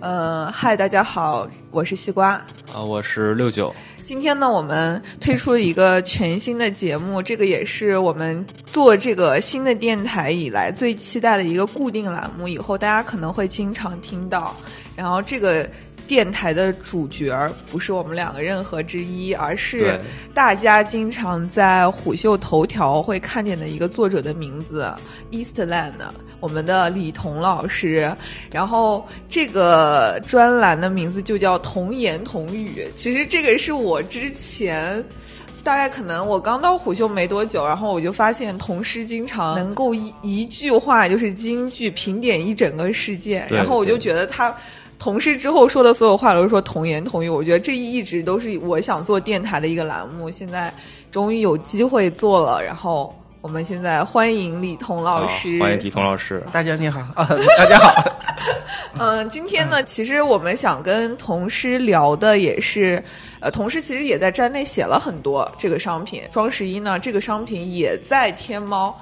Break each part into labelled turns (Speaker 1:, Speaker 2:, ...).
Speaker 1: 呃嗨，大家好，我是西瓜。
Speaker 2: 啊，我是六九，
Speaker 1: 今天呢，我们推出了一个全新的节目，这个也是我们做这个新的电台以来最期待的一个固定栏目，以后大家可能会经常听到。然后这个电台的主角儿不是我们两个任何之一，而是
Speaker 2: 对
Speaker 1: 大家经常在虎嗅头条会看见的一个作者的名字，Eastland，我们的李彤老师。然后这个专栏的名字就叫“童言童语”。其实这个是我之前。大概可能我刚到虎嗅没多久，然后我就发现童诗经常能够一一句话就是金句评点一整个事件，
Speaker 2: 对
Speaker 1: 然后我就
Speaker 2: 对
Speaker 1: 觉得他同事之后说的所有话都是说童言童语，我觉得这一直都是我想做电台的一个栏目，现在终于有机会做了。然后我们现在欢迎李彤老师，
Speaker 2: 啊欢迎迪彤老师。
Speaker 3: 大家你好啊，大家好。
Speaker 1: 嗯，今天呢，其实我们想跟童诗聊的也是，呃，童诗其实也在站内写了很多这个商品。双十一呢，这个商品也在天猫，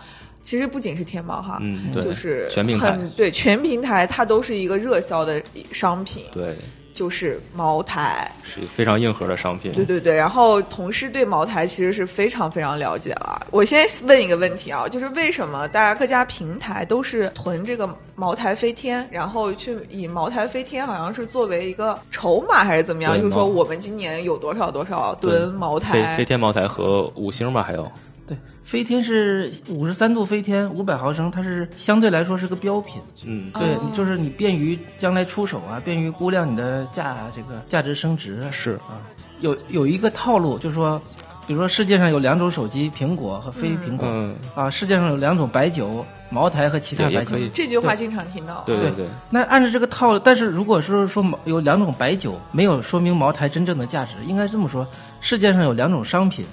Speaker 1: 其实不仅是天猫哈，
Speaker 2: 嗯，对，
Speaker 1: 就是
Speaker 2: 全平台
Speaker 1: 很，对全平台它都是一个热销的商品，
Speaker 2: 对，
Speaker 1: 就是茅台，
Speaker 2: 是非常硬核的商品。
Speaker 1: 对对对。然后童诗对茅台其实是非常非常了解了。我先问一个问题啊，就是为什么大家各家平台都是囤这个茅台飞天，然后去以茅台飞天好像是作为一个筹码还是怎么样？
Speaker 2: 对
Speaker 1: 就是说
Speaker 2: 茅
Speaker 1: 我们今年有多少多少
Speaker 2: 对
Speaker 1: 吨茅
Speaker 2: 飞
Speaker 1: 台
Speaker 2: 飞？天茅台和五星吧，还有
Speaker 3: 对，飞天是五十三度飞天，五百毫升，它是相对来说是个标品。
Speaker 2: 嗯，
Speaker 3: 对，
Speaker 1: 哦
Speaker 3: 你就是你便于将来出手啊，便于估量你的价这个价值升值啊。
Speaker 2: 是
Speaker 3: 啊，有有一个套路，就是说，比如说世界上有两种手机，苹果和非苹果、
Speaker 2: 嗯，
Speaker 3: 啊，世界上有两种白酒，茅台和其他
Speaker 2: 也也
Speaker 3: 白酒
Speaker 2: 可。以
Speaker 1: 这句话经常听到。
Speaker 2: 对对对，
Speaker 3: 那按照这个套路，但是如果说说茅有两种白酒，没有说明茅台真正的价值，应该这么说：世界上有两种商品，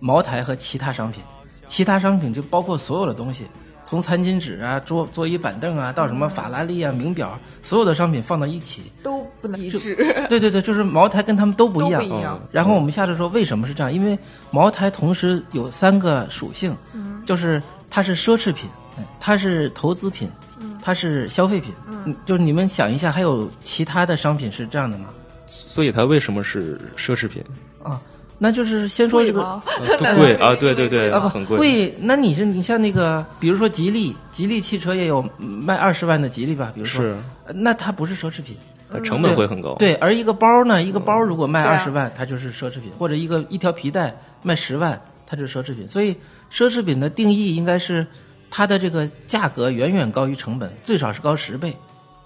Speaker 3: 茅台和其他商品。其他商品就包括所有的东西，从餐巾纸啊、桌座椅板凳啊，到什么法拉利啊、名表，所有的商品放到一起。
Speaker 1: 都不能一 致，
Speaker 3: 对对对，就是茅台跟他们都不一样。
Speaker 1: 都不一样
Speaker 3: 嗯然后我们下次说为什么是这样，因为茅台同时有三个属性，
Speaker 1: 嗯
Speaker 3: 就是它是奢侈品，嗯它是投资品，它是消费品。嗯，就是你们想一下，还有其他的商品是这样的吗？
Speaker 2: 所以它为什么是奢侈 品？
Speaker 3: 啊，那就 是先说这个
Speaker 1: 吗？
Speaker 2: 呃
Speaker 1: 难道
Speaker 2: 贵
Speaker 1: 是
Speaker 2: 啊，对对对，
Speaker 3: 啊不
Speaker 2: 很贵。
Speaker 3: 贵，那你是你像那个，比如说吉利，吉利汽车也有嗯卖二十万的吉利吧，比如说，
Speaker 2: 是
Speaker 3: 呃那它不是奢侈品，
Speaker 2: 它成本
Speaker 3: 对
Speaker 2: 会很高。
Speaker 3: 对，而一个包呢，一个包如果卖
Speaker 1: 对
Speaker 3: 二
Speaker 1: 啊
Speaker 3: 十万，它就是奢侈品；或者一个一条皮带卖十万，它就是奢侈品。所以，奢侈品的定义应该是它的这个价格远远高于成本，最少是高十倍。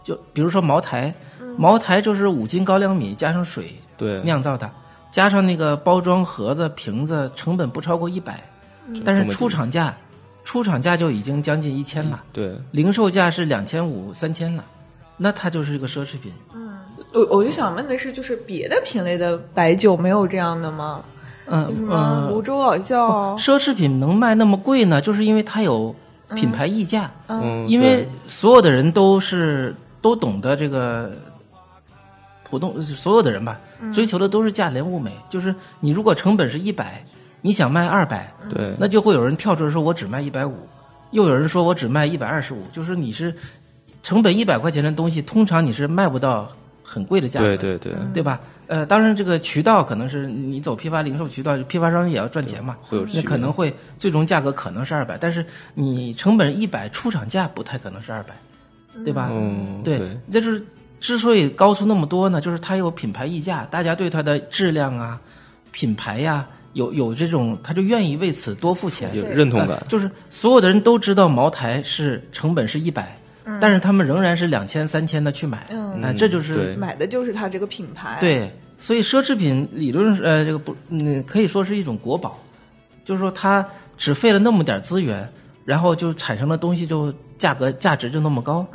Speaker 3: 就比如说茅台，
Speaker 1: 嗯
Speaker 3: 茅台就是五斤高粱米加上水
Speaker 2: 对，
Speaker 3: 酿造的，加上那个包装盒子、瓶子，成本不超过一百，
Speaker 1: 嗯
Speaker 3: 但是
Speaker 2: 成本嗯
Speaker 3: 出厂价，出厂价就已经将近一千了，
Speaker 2: 对
Speaker 3: 零售价是两千五、三千了，那它就是一个奢侈品。
Speaker 1: 我我就想问的是，就是别的品类的白酒没有这样的吗？
Speaker 3: 嗯
Speaker 1: 什
Speaker 2: 呃
Speaker 1: 么泸
Speaker 3: 嗯，
Speaker 1: 州老窖？
Speaker 3: 奢侈品能卖那么贵呢，就是因为它有品牌溢价，
Speaker 2: 嗯，
Speaker 3: 因为
Speaker 2: 对
Speaker 3: 所有的人都是都懂得这个普通所有的人吧，追求的都是价廉物美。就是你如果成本是一百，你想卖二百，
Speaker 2: 对
Speaker 3: 那就会有人跳出来说我只卖一百五，又有人说我只卖一百二十五，就是你是成本一百块钱的东西，通常你是卖不到很贵的价格的，
Speaker 2: 对对对，
Speaker 3: 对吧？呃，当然这个渠道可能是你走批发零售渠道，批发商也要赚钱嘛，
Speaker 2: 会有区
Speaker 3: 那
Speaker 2: 别
Speaker 3: 可能会最终价格可能是二百，但是你成本一百，出厂价不太可能是二百，对吧？
Speaker 2: 嗯
Speaker 3: 对，
Speaker 2: 对
Speaker 3: 这就是之所以高出那么多呢，就是它有品牌溢价，大家对它的质量啊、品牌呀、有有这种，他就愿意为此多付钱，
Speaker 2: 有认同
Speaker 3: 呃
Speaker 2: 感。
Speaker 3: 就是所有的人都知道茅台是成本是一百、但是他们仍然是两千、三千的去买，
Speaker 1: 嗯
Speaker 3: 哎这就是
Speaker 2: 对
Speaker 1: 买的就是它这个品牌。，
Speaker 3: 对，所以奢侈品理论是呃，这个不，嗯，可以说是一种国宝，就是说它只费了那么点资源，然后就产生的东西就价格价值就那么高。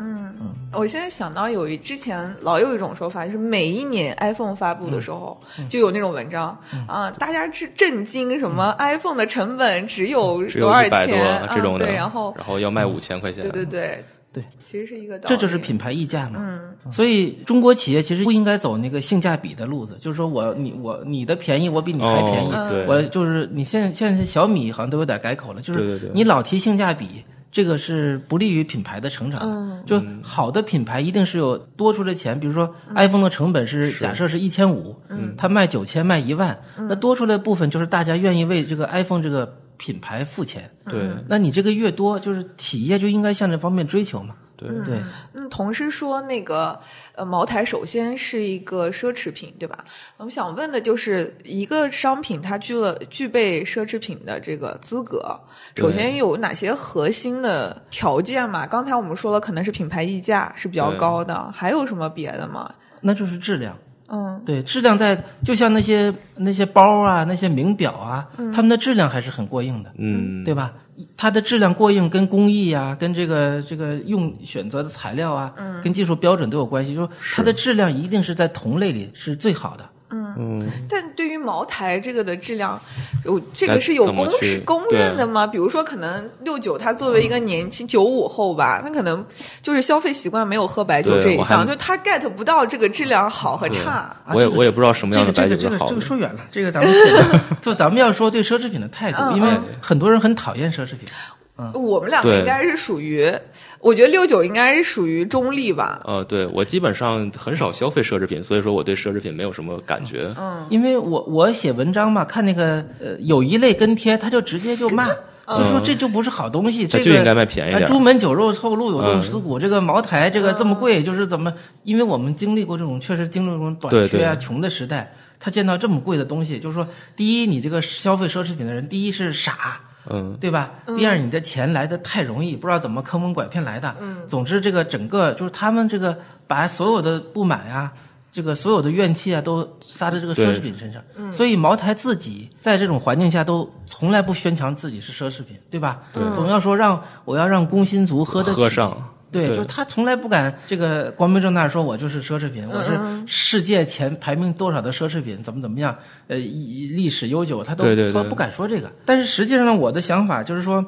Speaker 1: 我现在想到有一之前老有一种说法，就是每一年 iPhone 发
Speaker 2: 嗯
Speaker 1: 布的时候，就有那种文章啊、大家震震惊什么 iPhone 的成本只有
Speaker 2: 嗯只有
Speaker 1: 少
Speaker 2: 一百多
Speaker 1: 钱
Speaker 2: 这种
Speaker 1: 啊
Speaker 2: 的，
Speaker 1: 对，然后
Speaker 2: 然后要卖五千块钱，
Speaker 1: 对对对
Speaker 3: 嗯对，
Speaker 1: 其实是一个道理，
Speaker 3: 这就是品牌溢价嘛。嗯，所以中国企业其实不应该走那个性价比的路子，就是说我你我你的便宜我比你还便宜，
Speaker 2: 哦对
Speaker 3: 我就是你现在现在小米好像都有点改口了，就
Speaker 2: 对对
Speaker 3: 是
Speaker 2: 对
Speaker 3: 你老提性价比。这个是不利于品牌的成长的。
Speaker 1: 嗯
Speaker 3: 就好的品牌一定是有多出的钱，比如说
Speaker 1: 嗯
Speaker 3: iPhone 的成本是假设是一千五，它卖九千卖一万，
Speaker 1: 嗯
Speaker 3: 那多出来的部分就是大家愿意为这个 iPhone 这个品牌付钱。
Speaker 2: 对
Speaker 3: 那你这个越多，就是企业就应该向这方面追求嘛。
Speaker 2: 对，
Speaker 3: 对，
Speaker 1: 嗯，同事说那个呃茅台首先是一个奢侈品，对吧？我想问的就是一个商品它具了具备奢侈品的这个资格，首先
Speaker 2: 对
Speaker 1: 有哪些核心的条件嘛？刚才我们说了，可能是品牌溢价是比较
Speaker 2: 对
Speaker 1: 高的，还有什么别的吗？
Speaker 3: 那就是质量。
Speaker 1: 嗯
Speaker 3: 对，质量在就像那些那些包啊、那些名表啊，
Speaker 1: 嗯
Speaker 3: 它们的质量还是很过硬的，
Speaker 2: 嗯，
Speaker 3: 对吧？它的质量过硬跟工艺啊、跟这个这个用选择的材料啊、
Speaker 1: 嗯
Speaker 3: 跟技术标准都有关系。就是它的质量一定是在同类里是最好的。
Speaker 2: 嗯，
Speaker 1: 但对于茅台这个的质量，有这
Speaker 2: 该
Speaker 1: 个是有
Speaker 2: 怎么
Speaker 1: 公
Speaker 2: 去
Speaker 1: 是公
Speaker 2: 对嗯
Speaker 1: 认的吗？比如说，可能六九他作为一个年轻九五后吧，他可能就是消费习惯没有喝白酒
Speaker 2: 对
Speaker 1: 这一
Speaker 2: 我还
Speaker 1: 项，就他 get 不到这个质量好和
Speaker 2: 对
Speaker 1: 差。
Speaker 3: 啊
Speaker 2: 我也
Speaker 3: 这个
Speaker 2: 我也不知道什么样的白
Speaker 3: 这
Speaker 2: 酒是
Speaker 3: 个这个这
Speaker 2: 好
Speaker 3: 个这
Speaker 2: 的
Speaker 3: 个，说远了，这个 咱们扯远了就咱们要说对奢侈品的态
Speaker 1: 嗯
Speaker 3: 度，因为
Speaker 2: 哎
Speaker 1: 嗯
Speaker 3: 很多人很讨厌奢侈品。
Speaker 1: 我们两个
Speaker 2: 对
Speaker 1: 应该是属于，我觉得六九应该是属于中立吧。
Speaker 2: 呃，对我基本上很少消费奢侈品，所以说我对奢侈品没有什么感觉。
Speaker 1: 嗯，
Speaker 3: 因为我我写文章嘛，看那个呃有一类跟帖，他就直接就骂，就说这就不是好东西，
Speaker 2: 它
Speaker 3: 这个
Speaker 2: 就应该卖便宜点
Speaker 3: 哎朱门酒肉臭，路有冻
Speaker 2: 嗯
Speaker 3: 死骨，这个茅台这个这么贵，就是怎么？因为我们经历过这种，确实经历过这种短缺啊、
Speaker 2: 对对
Speaker 3: 穷的时代，他见到这么贵的东西，就是说，第一，你这个消费奢侈品的人，第一是傻。
Speaker 2: 嗯，
Speaker 3: 对吧？第二，你的钱来的太容易，不知道怎么坑蒙拐骗来的。嗯，总之这个整个就是他们这个把所有的不满啊，这个所有的怨气啊，都撒在这个奢侈品身上。嗯，所以茅台自己在这种环境下都从来不宣扬自己是奢侈品，对吧？总要说让我要让工薪族喝得起。
Speaker 2: 嗯喝上，
Speaker 3: 对，就是他从来不敢这个光明正大说，我就是奢侈
Speaker 2: 嗯
Speaker 3: 品，我是世界前排名多少的奢侈品，怎么怎么样，呃，以以历史悠久，他都
Speaker 2: 对对对
Speaker 3: 他不敢说这个。但是实际上呢，我的想法就是说，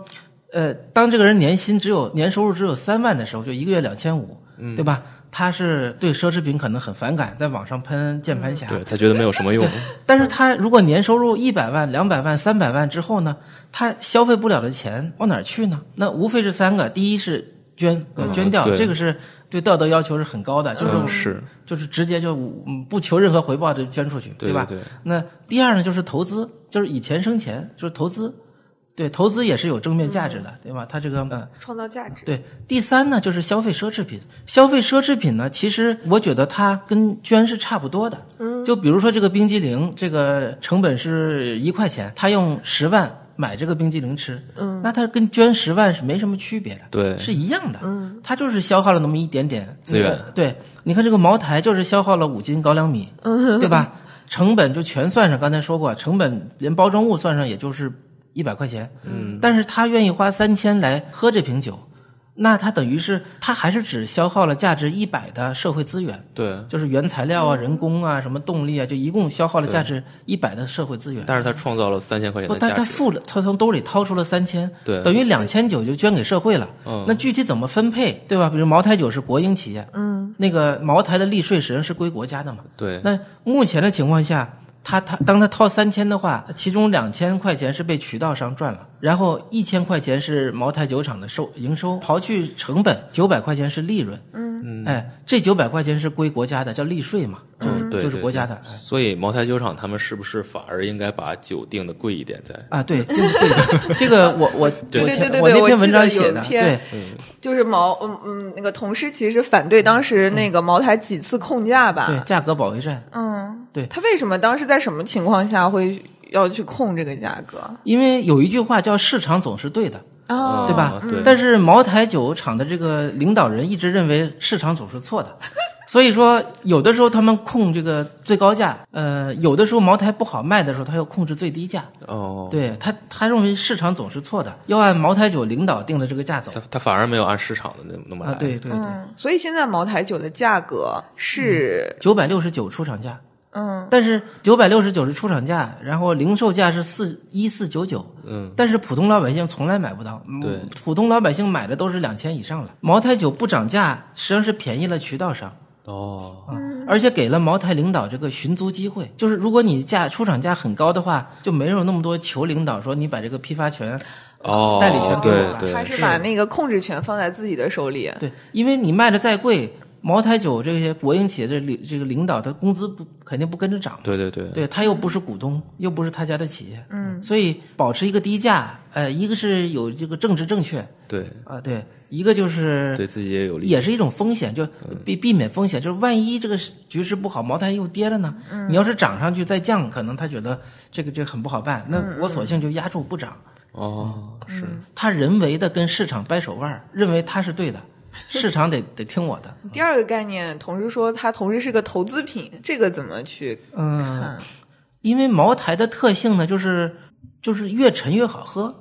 Speaker 3: 呃，当这个人年薪只有年收入只有三万的时候，就一个月两千五，
Speaker 2: 嗯
Speaker 3: 对吧？他是对奢侈品可能很反感，在网上喷键盘侠，
Speaker 2: 嗯对他觉得没有什么用，
Speaker 3: 但是他如果年收入一百万、两百万、三百万之后呢，他消费不了的钱往哪儿去呢？那无非是三个：第一是捐，呃捐掉，
Speaker 2: 嗯对
Speaker 3: 这个是对道德要求是很高的，就是、
Speaker 2: 嗯，是
Speaker 3: 就是直接就嗯不求任何回报的捐出去，
Speaker 2: 对
Speaker 3: 吧？
Speaker 2: 对对
Speaker 3: 那第二呢，就是投资，就是以钱生钱，就是投资，对，投资也是有正面价值的，对吧？他这个嗯。
Speaker 1: 创造价值。
Speaker 3: 对，第三呢就是消费奢侈品。消费奢侈品呢，其实我觉得它跟捐是差不多的。嗯，就比如说这个冰激凌，这个成本是一块钱，他用十万买这个冰激凌吃，嗯，那它跟捐十万是没什么区别的，
Speaker 2: 对
Speaker 3: 是一样的。嗯，它就是消耗了那么一点点
Speaker 2: 资源
Speaker 3: 那个对，你看这个茅台就是消耗了五斤高粱米，嗯，对吧？成本就全算上，刚才说过，成本连包装物算上，也就是一百块钱。嗯，但是他愿意花三千来喝这瓶酒，那他等于是他还是只消耗了价值一百的社会资源，
Speaker 2: 对，
Speaker 3: 就是原材料啊、人工啊、什么动力啊，就一共消耗了价值一百的社会资源。
Speaker 2: 但是他创造了三千块钱
Speaker 3: 不，
Speaker 2: 的
Speaker 3: 他
Speaker 2: 价
Speaker 3: 他
Speaker 2: 值，
Speaker 3: 付了，他从兜里掏出了三千，
Speaker 2: 对
Speaker 3: 等于两千九就捐给社会了。
Speaker 2: 嗯
Speaker 3: 那具体怎么分配，对吧？比如茅台酒是国营企业，
Speaker 1: 嗯，
Speaker 3: 那个茅台的利税实际上是归国家的嘛。
Speaker 2: 对，
Speaker 3: 那目前的情况下，他他当他掏三千的话，其中两千块钱是被渠道商赚了，然后一千块钱是茅台酒厂的收营收，刨去成本，九百块钱是利润。嗯，哎，这九百块钱是归国家的，叫利税嘛，就是、
Speaker 2: 嗯对，
Speaker 3: 就是
Speaker 2: 对
Speaker 3: 国家
Speaker 2: 对
Speaker 3: 的。哎
Speaker 2: 所以茅台酒厂他们是不是反而应该把酒定的贵一点再？
Speaker 3: 啊，对，这个对的这个我我
Speaker 1: 对
Speaker 3: 我
Speaker 1: 对
Speaker 3: 前
Speaker 1: 对对
Speaker 3: 我
Speaker 1: 对
Speaker 3: 那
Speaker 1: 我
Speaker 3: 篇
Speaker 1: 记
Speaker 3: 文
Speaker 1: 得
Speaker 3: 章
Speaker 1: 有
Speaker 3: 写
Speaker 1: 一
Speaker 3: 的，
Speaker 1: 篇
Speaker 3: 对，
Speaker 1: 就是茅嗯嗯，那个同事其实反对当时那个茅台几次控价吧。
Speaker 3: 嗯对，价格保卫战。
Speaker 1: 嗯，
Speaker 3: 对
Speaker 1: 他为什么当时在什么情况下会要去控这个价格
Speaker 3: 因为有一句话叫“市场总是对的”，
Speaker 1: 啊？
Speaker 3: 对吧？
Speaker 2: 嗯对
Speaker 3: 但是茅台酒厂的这个领导人一直认为市场总是错的，所以说有的时候他们控这个最高价，呃，有的时候茅台不好卖的时候，他要控制最低价。
Speaker 2: 哦，，
Speaker 3: 对他，他认为市场总是错的，要按茅台酒领导定的这个价走
Speaker 2: 他他反而没有按市场的那那么来，
Speaker 3: 啊。对对对，
Speaker 1: 嗯，所以现在茅台酒的价格是
Speaker 3: 九百六十九出厂价，
Speaker 1: 嗯
Speaker 3: 但是九百六十九是出厂价，然后零售价是四一四九九，
Speaker 2: 嗯，
Speaker 3: 但是普通老百姓从来买不到，嗯
Speaker 2: 对
Speaker 3: 普通老百姓买的都是两千以上了。茅台酒不涨价，实际上是便宜了渠道商
Speaker 2: 哦，
Speaker 3: 啊，而且给了茅台领导这个寻租机会，就是如果你价出厂价很高的话，就没有那么多求领导说你把这个批发权
Speaker 2: 哦，
Speaker 3: 啊代理权给我
Speaker 2: 对
Speaker 3: 了
Speaker 2: 对，
Speaker 1: 他是把那个控制权放在自己的手里。
Speaker 3: 对，因为你卖的再贵，茅台酒这些国营企业这领这个领导他工资不肯定不跟着涨嘛，
Speaker 2: 对对对，
Speaker 3: 对他又不是股东，又不是他家的企业，
Speaker 1: 嗯
Speaker 3: 所以保持一个低价，呃，一个是有这个政治正确啊、
Speaker 2: 对
Speaker 3: 对，一个就是
Speaker 2: 对嗯自己也有利，
Speaker 3: 也是一种风险，就避避免风险，就是万一这个局势不好，茅台又跌了呢？你要是涨上去再降，可能他觉得这个这个很不好办，那我索性就压住不涨。
Speaker 2: 哦，
Speaker 3: 嗯
Speaker 2: 是
Speaker 3: 他人为的跟市场掰手腕儿，认为他是对的，市场得得听我的。
Speaker 1: 第二个概念，同事说它同时是个投资品，这个怎么去
Speaker 3: 嗯，
Speaker 1: 看？
Speaker 3: 因为茅台的特性呢，就是就是越陈越好喝。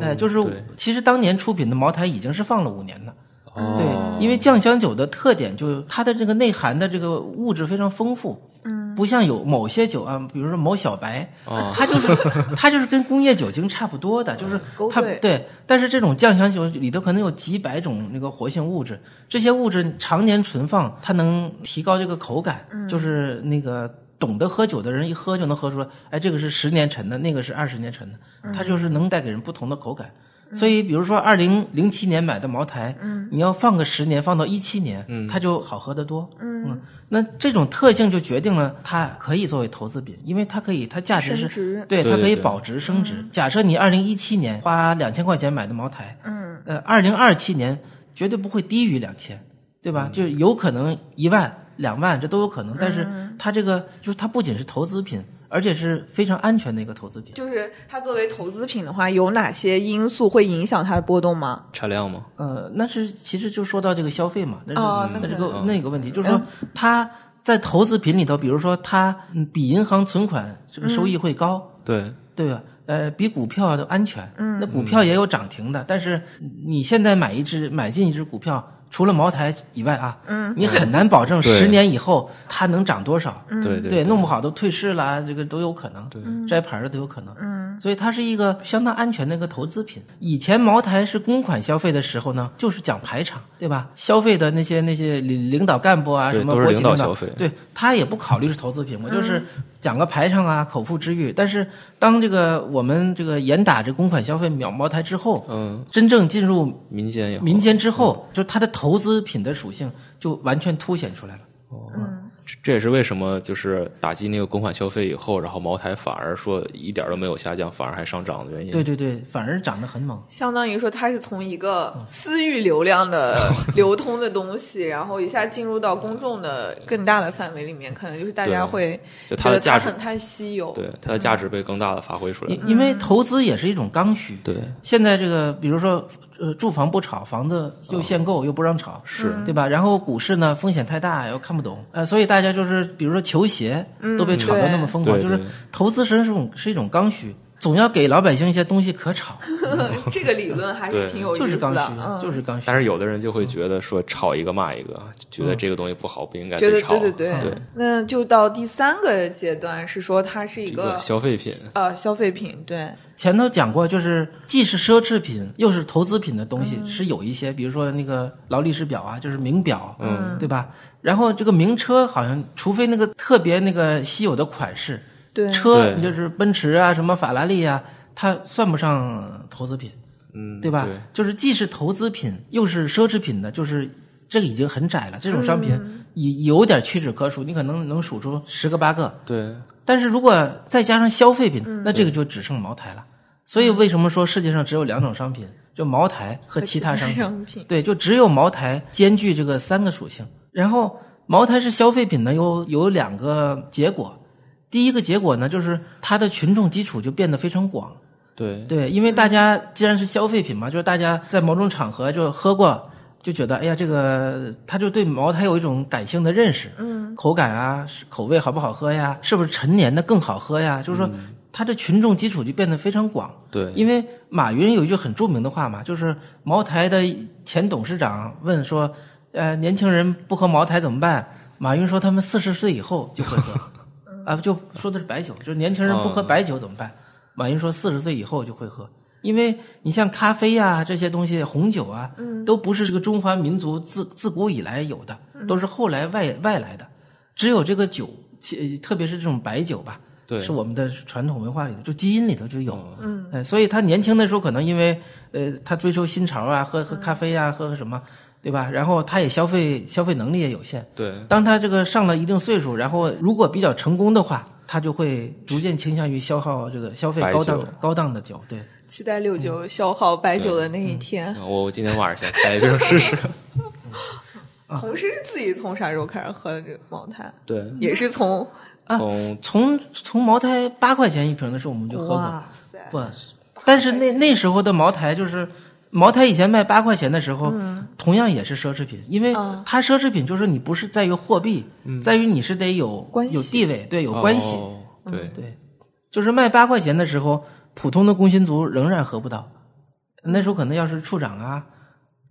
Speaker 3: 哎，就是
Speaker 2: 哦嗯对
Speaker 3: 其实当年出品的茅台已经是放了五年了。
Speaker 2: 哦
Speaker 3: 对，，因为酱香酒的特点就是它的这个内涵的这个物质非常丰富，嗯，不像有某些酒啊，比如说某小白，
Speaker 2: 哦
Speaker 3: 它就是 它就是跟工业酒精差不多的，就是
Speaker 1: 勾
Speaker 3: 它
Speaker 1: 兑
Speaker 3: 对，但是这种酱香酒里头可能有几百种那个活性物质，这些物质常年存放，它能提高这个口感，
Speaker 1: 嗯
Speaker 3: 就是那个。懂得喝酒的人一喝就能喝出来，哎，这个是十年陈的，那个是二十年陈的，
Speaker 1: 嗯
Speaker 3: 它就是能带给人不同的口感。所以，比如说二零零七年买的茅台，嗯，你要放个十年，放到一七年，嗯，它就好喝得多，嗯那这种特性就决定了它可以作为投资品，因为它可以，它价
Speaker 1: 升
Speaker 3: 值是
Speaker 1: 值，
Speaker 3: 对，它
Speaker 2: 对
Speaker 3: 可以
Speaker 2: 对
Speaker 3: 保值升值。假设你二零一七年花两千块钱买的茅台，
Speaker 1: 嗯，
Speaker 3: 呃，二零二七年绝对不会低于两千，对吧？就有可能一万、两万，这都有可能。但是
Speaker 1: 嗯
Speaker 3: 它这个就是它不仅是投资品，而且是非常安全的一个投资品。
Speaker 1: 就是它作为投资品的话，有哪些因素会影响它的波动吗？
Speaker 2: 产量吗？
Speaker 3: 呃，那是其实就说到这个消费嘛，那是、嗯
Speaker 1: 哦那
Speaker 3: 那是
Speaker 1: 可
Speaker 3: 个
Speaker 2: 能
Speaker 3: 那个问题，就是说它在投资品里头，比如说它嗯比银行存款这个收益会高，
Speaker 2: 对，
Speaker 3: 对吧？呃，比股票要安全。嗯，那股票也有涨停的，但是你现在买一只买进一只股票，除了茅台以外啊，嗯，你很难保证
Speaker 2: 对
Speaker 3: 十年以后它能涨多少。
Speaker 2: 对
Speaker 3: 嗯对
Speaker 2: 对，
Speaker 3: 弄不好都退市啦，这个都有可能，
Speaker 2: 对
Speaker 3: 摘牌的都有可能。嗯，所以它是一个相当安全的一个投资品。以前茅台是公款消费的时候呢，就是讲排场，对吧？消费的那些那些领领导干部啊，
Speaker 2: 对
Speaker 3: 什么
Speaker 2: 都是
Speaker 3: 国企
Speaker 2: 领导
Speaker 3: 领导
Speaker 2: 消费
Speaker 3: 对他也不考虑是投资品，我就是讲个排场啊，口腹之欲。但是当这个我们这个严打这公款消费秒茅台之后，
Speaker 2: 嗯，
Speaker 3: 真正进入
Speaker 2: 民间也好
Speaker 3: 民间之
Speaker 2: 嗯
Speaker 3: 后，就它的投资品的属性就完全凸显出来了。
Speaker 2: 这这也是为什么就是打击那个公款消费以后，然后茅台反而说一点都没有下降，反而还上涨的原因。
Speaker 3: 对对对，反而涨得很猛。
Speaker 1: 相当于说，它是从一个私域流量的 流通的东西，然后一下进入到公众的更大的范围里面，可能就是大家
Speaker 2: 对
Speaker 1: 会
Speaker 2: 就
Speaker 1: 觉
Speaker 2: 它
Speaker 1: 得
Speaker 2: 的
Speaker 1: 它
Speaker 2: 价值
Speaker 1: 很，嗯太稀有。
Speaker 2: 对它的价值被更大的发挥出来
Speaker 3: 因。因为投资也是一种刚需。
Speaker 2: 对，
Speaker 3: 现在这个比如说呃住房不炒，房子
Speaker 1: 啊
Speaker 3: 又限购又不让炒，
Speaker 2: 是
Speaker 1: 嗯
Speaker 3: 对吧？然后股市呢风险太大又看不懂，呃，所以大家就是比如说球鞋
Speaker 1: 嗯
Speaker 3: 都被炒得那么疯狂，
Speaker 2: 对
Speaker 3: 就是
Speaker 2: 对
Speaker 3: 投资是一种是一种刚需，总要给老百姓一些东西可炒，
Speaker 1: 这个理论还是
Speaker 2: 对
Speaker 1: 挺有意
Speaker 3: 就是
Speaker 1: 思
Speaker 3: 刚需
Speaker 1: 的，，嗯，
Speaker 3: 就是刚需
Speaker 2: 但。是有的人就会觉得说炒一个骂一个，觉得这个东西不好，不应该
Speaker 1: 嗯觉得
Speaker 2: 被炒。
Speaker 1: 对对
Speaker 2: 对，
Speaker 1: 那就到第三个阶段是说它是一
Speaker 2: 一
Speaker 1: 个
Speaker 2: 个消费品，
Speaker 1: 呃消费品，对，
Speaker 3: 前头讲过，就是既是奢侈品又是投资品的东西是有一些，比如说那个劳力士表啊，就是名表，嗯，对吧？然后这个名车好像，除非那个特别那个稀有的款式，
Speaker 1: 对
Speaker 3: 车
Speaker 2: 对
Speaker 3: 就是奔驰啊，什么法拉利啊，它算不上投资品，
Speaker 2: 嗯，
Speaker 3: 对吧？就是既是投资品又是奢侈品的，就是这个已经很窄了。这种商品已有点屈指可数，你可能能数出十个八个。
Speaker 2: 对，
Speaker 3: 但是如果再加上消费品，那这个就只剩茅台了。所以为什么说世界上只有两种商品，就茅台和其他商
Speaker 1: 商
Speaker 3: 品？对，就只有茅台兼具这个三个属性。然后茅台是消费品呢，有有两个结果。第一个结果呢，就是它的群众基础就变得非常广。
Speaker 2: 对，
Speaker 3: 对，因为大家既然是消费品嘛，就是大家在某种场合就喝过，就觉得哎呀，这个他就对茅台有一种感性的认识，嗯，口感啊，是口味好不好喝呀，是不是陈年的更好喝呀？就是说，它的群众基础就变得非常广。
Speaker 2: 对
Speaker 3: 因为马云有一句很著名的话嘛，就是茅台的前董事长问说，呃，年轻人不喝茅台怎么办？马云说他们四十岁以后就会喝，啊，就说的是白酒，就是年轻人不喝
Speaker 2: 嗯
Speaker 3: 白酒怎么办？马云说四十岁以后就会喝，因为你像咖啡呀、这些东西，红酒啊，都不是这个中华民族自自古以来有的，都是后来外外来的。只有这个酒，其特别是这种白酒吧，
Speaker 2: 对
Speaker 3: 是我们的传统文化里的，就基因里头就有。
Speaker 1: 嗯
Speaker 3: 哎，所以他年轻的时候可能因为呃，他追求新潮啊，喝
Speaker 1: 嗯
Speaker 3: 喝咖啡啊，喝喝什么，对吧？然后他也消费消费能力也有限。
Speaker 2: 对，
Speaker 3: 当他这个上了一定岁数，然后如果比较成功的话，他就会逐渐倾向于消耗这个消费
Speaker 2: 白
Speaker 3: 高档
Speaker 2: 酒
Speaker 3: 高档的酒。对，
Speaker 1: 期待六
Speaker 2: 嗯
Speaker 1: 九消耗白酒的那一天。
Speaker 2: 我我今天晚上先开一瓶试 试。
Speaker 3: 啊
Speaker 1: 红师是自己从啥时候开始喝的这个茅台？
Speaker 2: 对，
Speaker 1: 也是从
Speaker 3: 啊
Speaker 2: 从
Speaker 3: 从从茅台八块钱一瓶的时候我们就喝过，
Speaker 1: 哇塞，
Speaker 3: 不，但是那那时候的茅台就是茅台以前卖八块钱的时候，同样也是奢侈品，因为
Speaker 1: 嗯
Speaker 3: 它奢侈品就是你不是在于货币，在于你是得有
Speaker 1: 关系
Speaker 3: 有地位，对，有关系，
Speaker 2: 哦对
Speaker 1: 嗯
Speaker 3: 对，就是卖八块钱的时候，普通的工薪族仍然喝不到，那时候可能要是处长啊。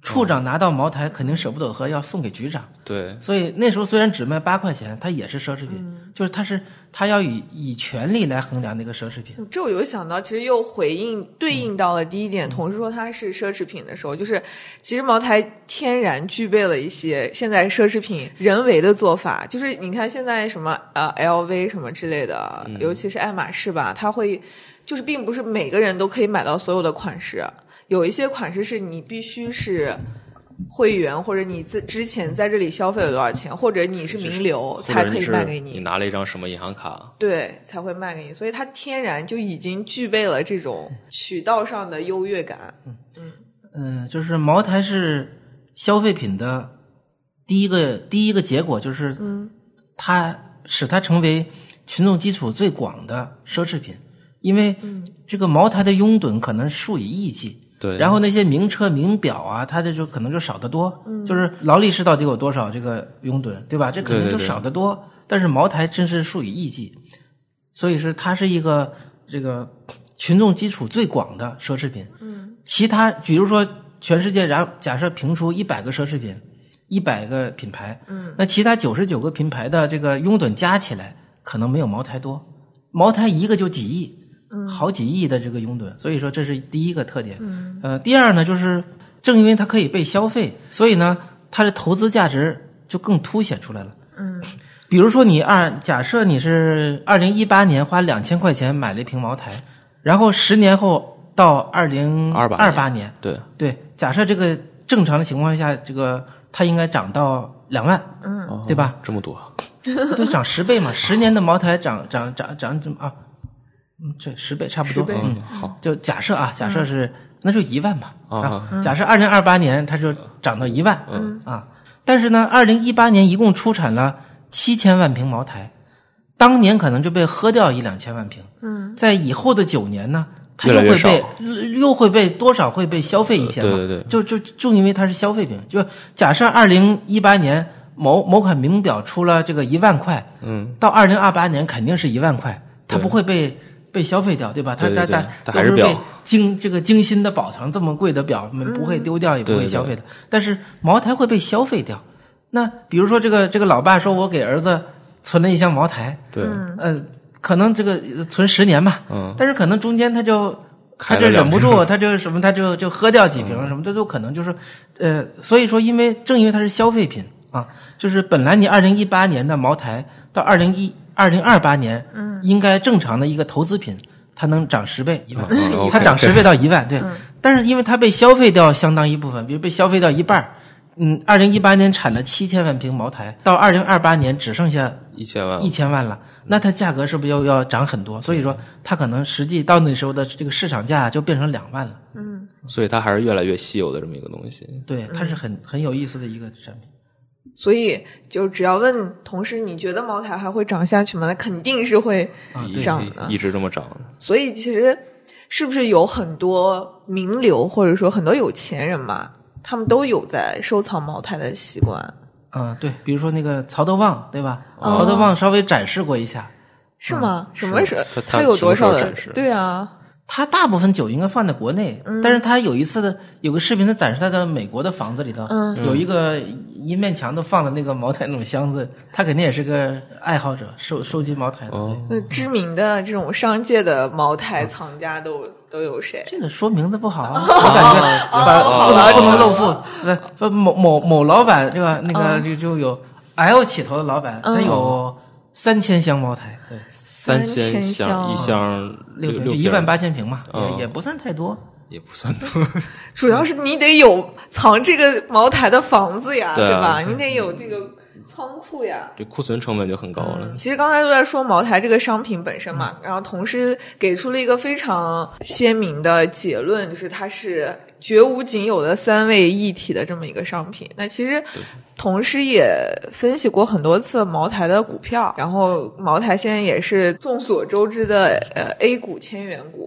Speaker 3: 处长拿到茅台肯定舍不得喝，要送给局长，
Speaker 2: 对
Speaker 3: 所以那时候虽然只卖八块钱，它也是奢侈品，
Speaker 1: 嗯
Speaker 3: 就是它是它要以以权力来衡量那个奢侈品。
Speaker 1: 这我有想到，其实又回应对
Speaker 2: 嗯
Speaker 1: 应到了第一点，同事说它是奢侈品的时候，就是其实茅台天然具备了一些现在奢侈品人为的做法，就是你看现在什么呃 LV 什么之类的，
Speaker 2: 嗯
Speaker 1: 尤其是爱马仕吧，它会就是并不是每个人都可以买到所有的款式，有一些款式是你必须是。会员或者你自之前在这里消费了多少钱，或者你是名流
Speaker 2: 或
Speaker 1: 才
Speaker 2: 者
Speaker 1: 可以
Speaker 2: 是
Speaker 1: 卖给
Speaker 2: 你拿了一张什么银行卡？
Speaker 1: 对，才会卖给你，所以它天然就已经具备了这种渠道上的优越感。
Speaker 3: 嗯，就是茅台是消费品的第一个第一个结果，就是它使它成为群众基础最广的奢侈品，因为这个茅台的拥趸可能数以亿计。
Speaker 2: 对
Speaker 3: 然后那些名车名表啊，它的就可能就少得多，就是劳力士到底有多少这个拥趸，对吧？这肯定
Speaker 2: 对
Speaker 3: 就
Speaker 2: 对对
Speaker 3: 少得多。但是茅台真是数以亿计，所以是它是一个这个群众基础最广的奢侈品。嗯，其他比如说全世界，然后假设评出一百个奢侈品，一百个品牌，嗯，那其他九十九个品牌的这个拥趸加起来，可能没有茅台多。茅台一个就几亿，嗯，好几亿的这个拥趸，所以说这是第一个特点。嗯，呃，第二呢，就是正因为它可以被消费，所以呢，它的投资价值就更凸显出来了。比如说你二，假设你是二零一八年花两千块钱买了一瓶茅台，然后十年后到二零
Speaker 2: 28
Speaker 3: 二
Speaker 2: 年
Speaker 3: 八年，
Speaker 2: 对
Speaker 3: 对，假设这个正常的情况下，这个它应该涨到两万，嗯，对吧？
Speaker 2: 哦这么多，
Speaker 3: 都涨十倍嘛，十年的茅台涨涨涨涨怎么啊？嗯，这十倍差不多，
Speaker 1: 10倍
Speaker 3: 嗯
Speaker 2: 嗯，，好
Speaker 3: 就假设啊，假设是、那就一万吧
Speaker 2: 啊
Speaker 3: 啊，假设二零二八年它就涨到一万，
Speaker 2: 嗯
Speaker 3: 啊，但是呢，二零一八年一共出产了七千万瓶茅台，当年可能就被喝掉一两千万瓶，嗯，在以后的九年呢。它又
Speaker 2: 越来越
Speaker 3: 会被
Speaker 2: 少
Speaker 3: 又又会被多少会被消费一些嘛？
Speaker 2: 呃对对对
Speaker 3: 就就就因为它是消费品，就假设二零一八年某某款名表出了这个一万块，
Speaker 2: 嗯，
Speaker 3: 到二零二八年肯定是一万块，它
Speaker 2: 对
Speaker 3: 不会被被消费掉，对吧？它
Speaker 2: 对
Speaker 3: 它
Speaker 2: 对对
Speaker 3: 它
Speaker 2: 它还是
Speaker 3: 都被
Speaker 2: 表
Speaker 3: 精这个精心的保藏，这么贵的表，我们不会丢掉，也不
Speaker 2: 对
Speaker 3: 会
Speaker 2: 嗯对
Speaker 3: 消费的。但是茅台会被消费掉。那比如说这个这个老爸说，我给儿子存了一箱茅台，
Speaker 2: 对，
Speaker 3: 呃，可能这个呃存十年吧，
Speaker 2: 嗯，
Speaker 3: 但是可能中间他就
Speaker 2: 开
Speaker 3: 他
Speaker 2: 了
Speaker 3: 就忍
Speaker 2: 两
Speaker 3: 不
Speaker 2: 瓶嗯
Speaker 3: 住，他 就什么，他就就喝掉几瓶什么，这都可能就是，呃，所以说，因为正因为它是消费品啊，就是本来你二零一八年的茅台到二零一二零二八年，嗯，应该正常的一个投资品，它能涨十倍一万，
Speaker 2: 嗯嗯，OK，
Speaker 3: 它涨十倍到一万，对，但是因为它被消费掉相当一部分，比如被消费掉一半儿嗯，二零一八年产了七千万瓶茅台，到二零二八年只剩下
Speaker 2: 一千万
Speaker 3: 一，千万了，那它价格是不是又要涨很多？所以说，它可能实际到那时候的这个市场价就变成两万了。
Speaker 2: 所以它还是越来越稀有的这么一个东西。
Speaker 3: 对，它是很很有意思的一个产品。
Speaker 1: 所以，就只要问同事，你觉得茅台还会涨下去吗？那肯定是会
Speaker 3: 啊
Speaker 2: 一
Speaker 3: 对
Speaker 1: 涨的。
Speaker 2: 一直这么涨，
Speaker 1: 所以，其实是不是有很多名流，或者说很多有钱人嘛，他们都有在收藏茅台的习惯，
Speaker 3: 嗯，对，比如说那个曹德旺，对吧？曹德旺稍微展示过一下，
Speaker 1: 是吗？什么时候
Speaker 2: 嗯他他
Speaker 1: 有多少的
Speaker 2: 什么时候展示？
Speaker 1: 对啊，
Speaker 3: 他大部分酒应该放在国内，但是他有一次的有个视频，他展示他的美国的房子里头，
Speaker 1: 嗯
Speaker 3: 有一个一面墙都放了那个茅台那种箱子，他肯定也是个爱好者，收收集茅台的。对
Speaker 2: 哦，
Speaker 1: 那知名的这种商界的茅
Speaker 2: 嗯
Speaker 1: 台藏家都都有谁？
Speaker 3: 这个说名字不好啊，我感觉
Speaker 1: 好
Speaker 3: 把
Speaker 1: 吧
Speaker 3: 不能露富。对，说某某某老板对吧？那个就就有 L 起头的老板，他有三千箱茅台，对，
Speaker 2: 三
Speaker 1: 千
Speaker 2: 箱一箱
Speaker 3: 啊六
Speaker 2: 六
Speaker 3: 就
Speaker 2: 瓶
Speaker 3: 一万八千瓶嘛，
Speaker 2: 嗯
Speaker 3: 也也不算太多。
Speaker 2: 也不算多，
Speaker 1: 主要是你得有藏这个茅台的房子呀，
Speaker 2: 对啊
Speaker 1: 吧？
Speaker 2: 对
Speaker 1: 你得有这个仓库呀。
Speaker 2: 这库存成本就很高了。
Speaker 1: 其实刚才都在说茅台这个商品本身
Speaker 3: 嗯
Speaker 1: 嘛，然后同时给出了一个非常鲜明的结论，就是它是绝无仅有的三位一体的这么一个商品。那其实同时也分析过很多次茅台的股票，然后茅台现在也是众所周知的呃 A 股千元股。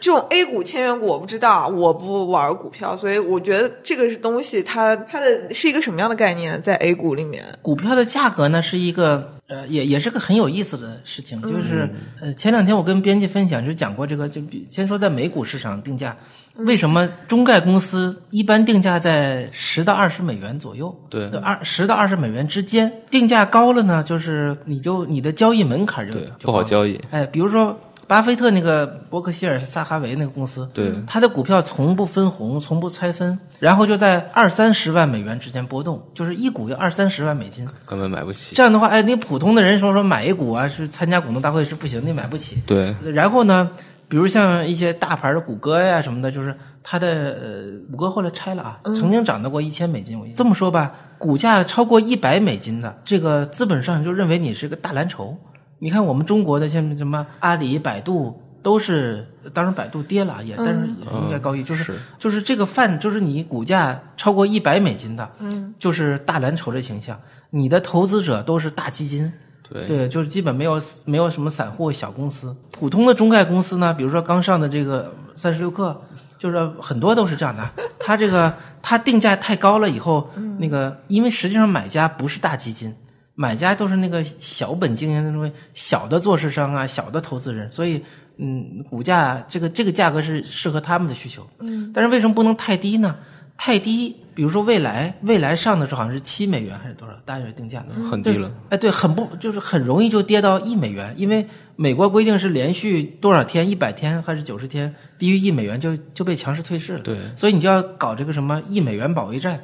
Speaker 1: 这种 A 股千元股我不知道，啊我不玩股票，所以我觉得这个是东西它它的是一个什么样的概念在 A 股里面？
Speaker 3: 股票的价格呢是一个呃，也也是个很有意思的事情，就是呃，前两天我跟编辑分享就讲过这个，就比先说在美股市场定价，为什么中概公司一般定价在十到二十美元左右？
Speaker 2: 对
Speaker 3: 二十到二十美元之间，定价高了呢，就是你就你的交易门槛就
Speaker 2: 对，
Speaker 3: 就
Speaker 2: 不好
Speaker 3: 高
Speaker 2: 交易。
Speaker 3: 哎，比如说巴菲特那个伯克希尔撒哈维那个公司，
Speaker 2: 对
Speaker 3: 他的股票从不分红，从不拆分，然后就在二三十万美元之间波动，就是一股要二三十万美金。
Speaker 2: 根本买不起。
Speaker 3: 这样的话，哎，你普通的人说说买一股啊，是参加股东大会是不行的，你买不起。
Speaker 2: 对，
Speaker 3: 然后呢，比如像一些大牌的谷歌呀什么的，就是它的呃，谷歌后来拆了啊，曾经涨到过一千美金。我这么说吧，股价超过一百美金的，这个资本上就认为你是个大蓝筹。你看我们中国的像什么阿里、百度都是，当然百度跌了啊也，但是也应该高于，就是
Speaker 2: 是
Speaker 3: 就是这个范，就是你股价超过一百美金的，嗯，就是大蓝筹的形象，你的投资者都是大基金，
Speaker 2: 对，
Speaker 3: 对，就是基本没有没有什么散户小公司，普通的中概公司呢，比如说刚上的这个三十六氪，就是很多都是这样的。它这个它定价太高了以后，那个因为实际上买家不是大基金，买家都是那个小本经营的那种小的做市商啊、小的投资人，所以嗯，股价这个这个价格是适合他们的需求。嗯，但是为什么不能太低呢？太低，比如说未来，未来上的时候好像是七美元还是多少大约定价，
Speaker 2: 很
Speaker 3: 对
Speaker 2: 低了。
Speaker 3: 哎，对，很不就是很容易就跌到一美元，因为美国规定是连续多少天，一百天还是九十天低于一美元就就被强势退市了。
Speaker 2: 对
Speaker 3: 所以你就要搞这个什么一美元保卫战。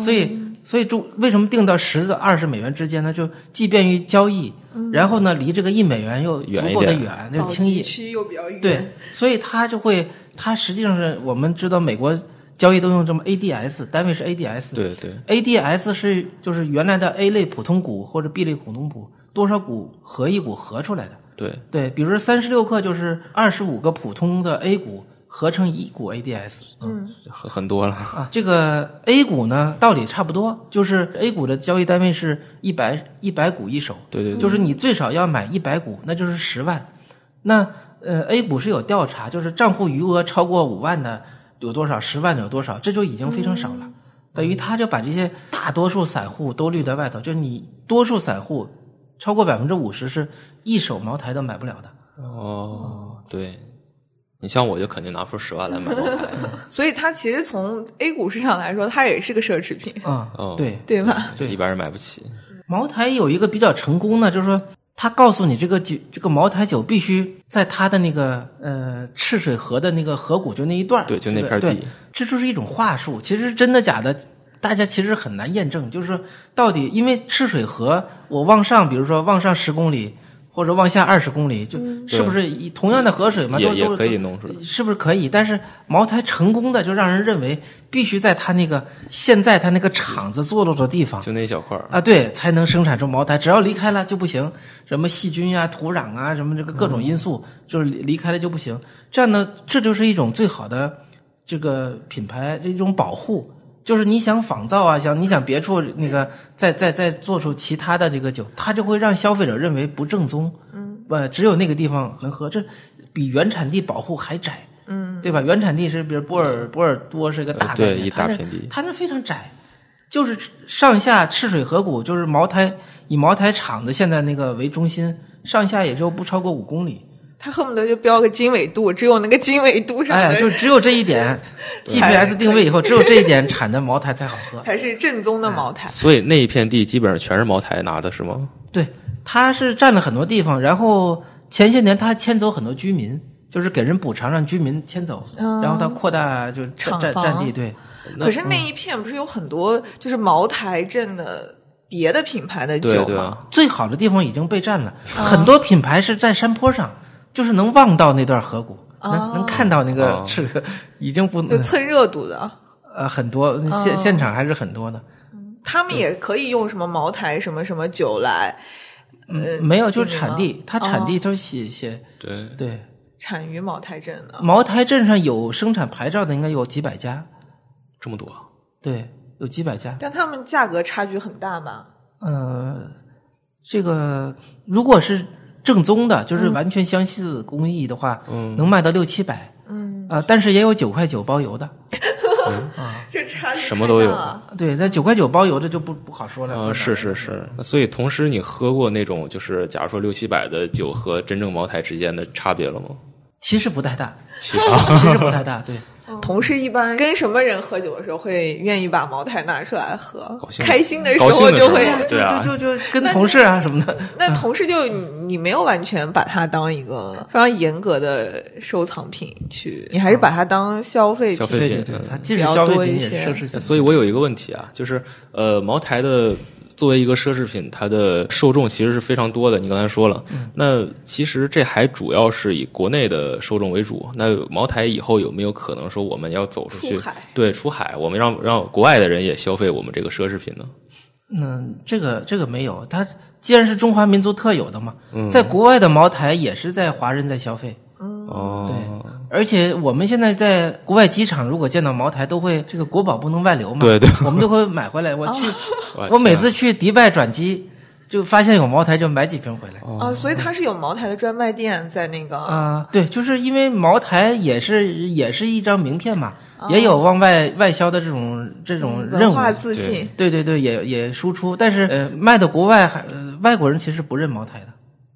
Speaker 3: 所以，所以中为什么定到十到二十美元之间呢？就既便于交易，然后呢离这个一美元又
Speaker 2: 远
Speaker 3: 足
Speaker 2: 一
Speaker 3: 够的
Speaker 2: 点
Speaker 3: 远，就轻易
Speaker 1: 地区又比较远，
Speaker 3: 对，所以它就会，它实际上是我们知道美国交易都用这么 ADS，单位是 ADS，
Speaker 2: 对对
Speaker 3: ADS 是就是原来的 A 类普通股或者 B 类普通股多少股合一股合出来的。
Speaker 2: 对
Speaker 3: 对，比如说三十六克就是二十五个普通的 A 股合成一股 ADS
Speaker 1: 嗯，
Speaker 2: 很很多了。
Speaker 3: 啊，这个 A 股呢道理差不多，就是 A 股的交易单位是一百一百股一手，
Speaker 2: 对对对，
Speaker 3: 就是你最少要买一百股，那就是十万。那呃，A 股是有调查，就是账户余额超过五万的有多少，十万的有多少，这就已经非常少了。等于他就把这些大多数散户都绿在外头，就是你多数散户超过百分之五十是一手茅台都买不了的。
Speaker 2: 哦，对，你像我就肯定拿不出十万来买茅台，
Speaker 1: 所以它其实从 A 股市场来说，它也是个奢侈品，
Speaker 3: 啊、
Speaker 2: 哦
Speaker 3: 对，
Speaker 1: 对吧？
Speaker 2: 对，一般人买不起。
Speaker 3: 茅台有一个比较成功的，就是说他告诉你这个酒，这个茅台酒必须在它的那个呃赤水河的那个河谷就那一段儿，
Speaker 2: 对就那
Speaker 3: 这个
Speaker 2: 片地
Speaker 3: 对这就是一种话术，其实真的假的，大家其实很难验证，就是说到底因为赤水河，我往上，比如说往上十公里。或者往下二十公里，就是不是一同样的河水嘛？
Speaker 2: 也
Speaker 3: 都
Speaker 2: 也
Speaker 3: 都
Speaker 2: 可以
Speaker 3: 都
Speaker 2: 弄出来
Speaker 3: 是不是可以？但是茅台成功的就让人认为必须在它那个现在它那个厂子坐落的地方，
Speaker 2: 就那一小块儿，
Speaker 3: 啊，对，才能生产出茅台。只要离开了就不行，什么细菌呀、土壤啊，什么这个各种因素，
Speaker 2: 嗯
Speaker 3: 就是离离开了就不行。这样呢，这就是一种最好的这个品牌这种保护，就是你想仿造啊，想你想别处那个再再再做出其他的这个酒，它就会让消费者认为不正宗，嗯，呃，只有那个地方能喝，这比原产地保护还窄。嗯，对吧？原产地是比如波尔波尔多是一个大
Speaker 2: 呃对
Speaker 3: 概念
Speaker 2: 一
Speaker 3: 它
Speaker 2: 大
Speaker 3: 那
Speaker 2: 片地
Speaker 3: 它那非常窄，就是上下赤水河谷，就是茅台以茅台厂子现在那个为中心，上下也就不超过五公里。
Speaker 1: 它恨不得就标个经纬度，只有那个经纬度上的、
Speaker 3: 哎，就只有这 一点
Speaker 1: 哎
Speaker 3: ，GPS 定位以后，只有这一点产的茅台才好 喝。
Speaker 1: 才是正宗的茅台。
Speaker 2: 所以那一片地基本上全是茅台拿的，是吗？
Speaker 3: 对，它是占了很多地方，然后前些年它迁走很多居民，就是给人补偿，让居民迁走，
Speaker 1: 嗯
Speaker 3: 然后它扩大就是占
Speaker 1: 厂
Speaker 3: 占
Speaker 1: 房
Speaker 3: 占地，对，
Speaker 1: 可是那一片不是有很多就是茅台镇的别的品牌的
Speaker 2: 对
Speaker 1: 酒
Speaker 2: 对
Speaker 1: 吗？
Speaker 2: 啊，
Speaker 3: 最好的地方已经被占了，
Speaker 1: 啊
Speaker 3: 很多品牌是在山坡上，就是能望到那段河谷，
Speaker 1: 哦
Speaker 3: 能能看到那个
Speaker 2: 哦
Speaker 3: 这个，已经不
Speaker 1: 就蹭热度的，
Speaker 3: 呃很多现
Speaker 1: 哦
Speaker 3: 现场还是很多的，
Speaker 1: 他们也可以用什么茅台什么什么酒来呃
Speaker 3: 嗯，没有就是
Speaker 1: 地名
Speaker 3: 产地
Speaker 1: 吗，
Speaker 3: 它产地都写写
Speaker 2: 对
Speaker 3: 对，
Speaker 1: 产于茅台镇的。
Speaker 3: 茅台镇上有生产牌照的应该有几百家，
Speaker 2: 这么多啊，
Speaker 3: 对，有几百家，
Speaker 1: 但他们价格差距很大吧？
Speaker 3: 呃，这个如果是正宗的，
Speaker 1: 嗯
Speaker 3: 就是完全相似工艺的话，
Speaker 2: 嗯
Speaker 3: 能卖到六七百。
Speaker 1: 嗯，
Speaker 3: 啊、但是也有九块九包邮的，
Speaker 1: 这差距
Speaker 2: 什么都有
Speaker 1: 太大了
Speaker 3: 对，那九块九包邮的就不不好说了。
Speaker 2: 啊、
Speaker 3: 不能哎
Speaker 2: 是是是，那所以同时你喝过那种就是假如说六七百的酒和真正茅台之间的差别了吗？
Speaker 3: 其实不太大，
Speaker 2: 其啊，
Speaker 3: 其实不太大，对，
Speaker 1: 同事一般嗯跟什么人喝酒的时候会愿意把茅台拿出来喝
Speaker 2: 高？兴
Speaker 1: 开心的时
Speaker 2: 高兴
Speaker 1: 候
Speaker 2: 的时
Speaker 1: 就
Speaker 2: 候
Speaker 1: 会。
Speaker 2: 对啊
Speaker 3: 就就就就跟同事啊什 么的，
Speaker 1: 那同事就你你没有完全把它当一个非常严格的收藏品去，你还是把它当消费品。
Speaker 2: 消费
Speaker 3: 对
Speaker 2: 品
Speaker 3: 对对
Speaker 2: 嗯，
Speaker 3: 它既是消费品也
Speaker 1: 比较
Speaker 3: 是
Speaker 1: 多
Speaker 3: 奢
Speaker 1: 一些
Speaker 3: 侈品，
Speaker 2: 所以我有一个问题啊，就是呃，茅台的作为一个奢侈品，它的受众其实是非常多的。你刚才说了，那其实这还主要是以国内的受众为主。那茅台以后有没有可能说我们要走出去，
Speaker 1: 出海
Speaker 2: 对，出海，我们让让国外的人也消费我们这个奢侈品呢？
Speaker 3: 嗯，这个这个没有，它既然是中华民族特有的嘛，
Speaker 2: 嗯
Speaker 3: 在国外的茅台也是在华人在消费，
Speaker 2: 哦，
Speaker 3: 而且我们现在在国外机场，如果见到茅台，都会这个国宝不能外流嘛，
Speaker 2: 对对
Speaker 3: 我们都会买回来。我去，
Speaker 2: 我
Speaker 3: 我每
Speaker 2: 天啊
Speaker 3: 次去迪拜转机，就发现有茅台，就买几瓶回来。
Speaker 1: 啊，所以它是有茅台的专卖店在那个
Speaker 2: 嗯
Speaker 3: 啊、对，就是因为茅台也是也是一张名片嘛，也有往外外销的这种这种任
Speaker 1: 哦嗯文
Speaker 3: 务。
Speaker 1: 化自
Speaker 2: 对
Speaker 1: 信。
Speaker 3: 对对对，也也输出，但是呃，卖到国外还、呃、外国人其实不认茅台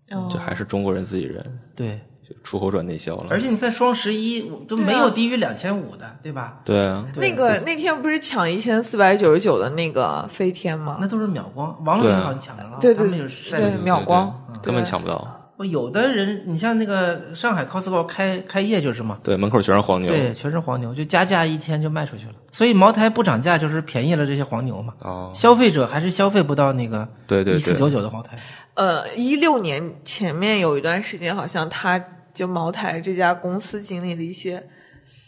Speaker 3: 的，
Speaker 1: 哦
Speaker 2: 这还是中国人自己人，
Speaker 3: 对。
Speaker 2: 就出口转内销
Speaker 1: 嗯
Speaker 2: 了。
Speaker 3: 而且你看双十一我都
Speaker 1: 对啊
Speaker 3: 没有低于两千五的，对吧？
Speaker 2: 对啊，
Speaker 1: 那个那天不是抢一千四百九十九的那个飞天吗？
Speaker 3: 那都是秒光，王龙
Speaker 2: 对啊
Speaker 3: 好像抢着了，
Speaker 1: 对
Speaker 3: 他
Speaker 1: 对
Speaker 3: 们有晒
Speaker 1: 对
Speaker 3: 的
Speaker 1: 秒光
Speaker 2: 对
Speaker 1: 对
Speaker 2: 根本抢不到，
Speaker 3: 不，有的人，你像那个上海 Costco 开开业就是嘛，
Speaker 2: 对，门口全是黄牛。
Speaker 3: 对，全是黄牛，就加价一千就卖出去了。所以茅台不涨价，就是便宜了这些黄牛嘛。
Speaker 2: 哦，
Speaker 3: 消费者还是消费不到那个
Speaker 2: 对对
Speaker 3: 一
Speaker 2: 对
Speaker 3: 四九九的茅台。
Speaker 1: 呃，一六年前面有一段时间，好像他就茅台这家公司经历了一些，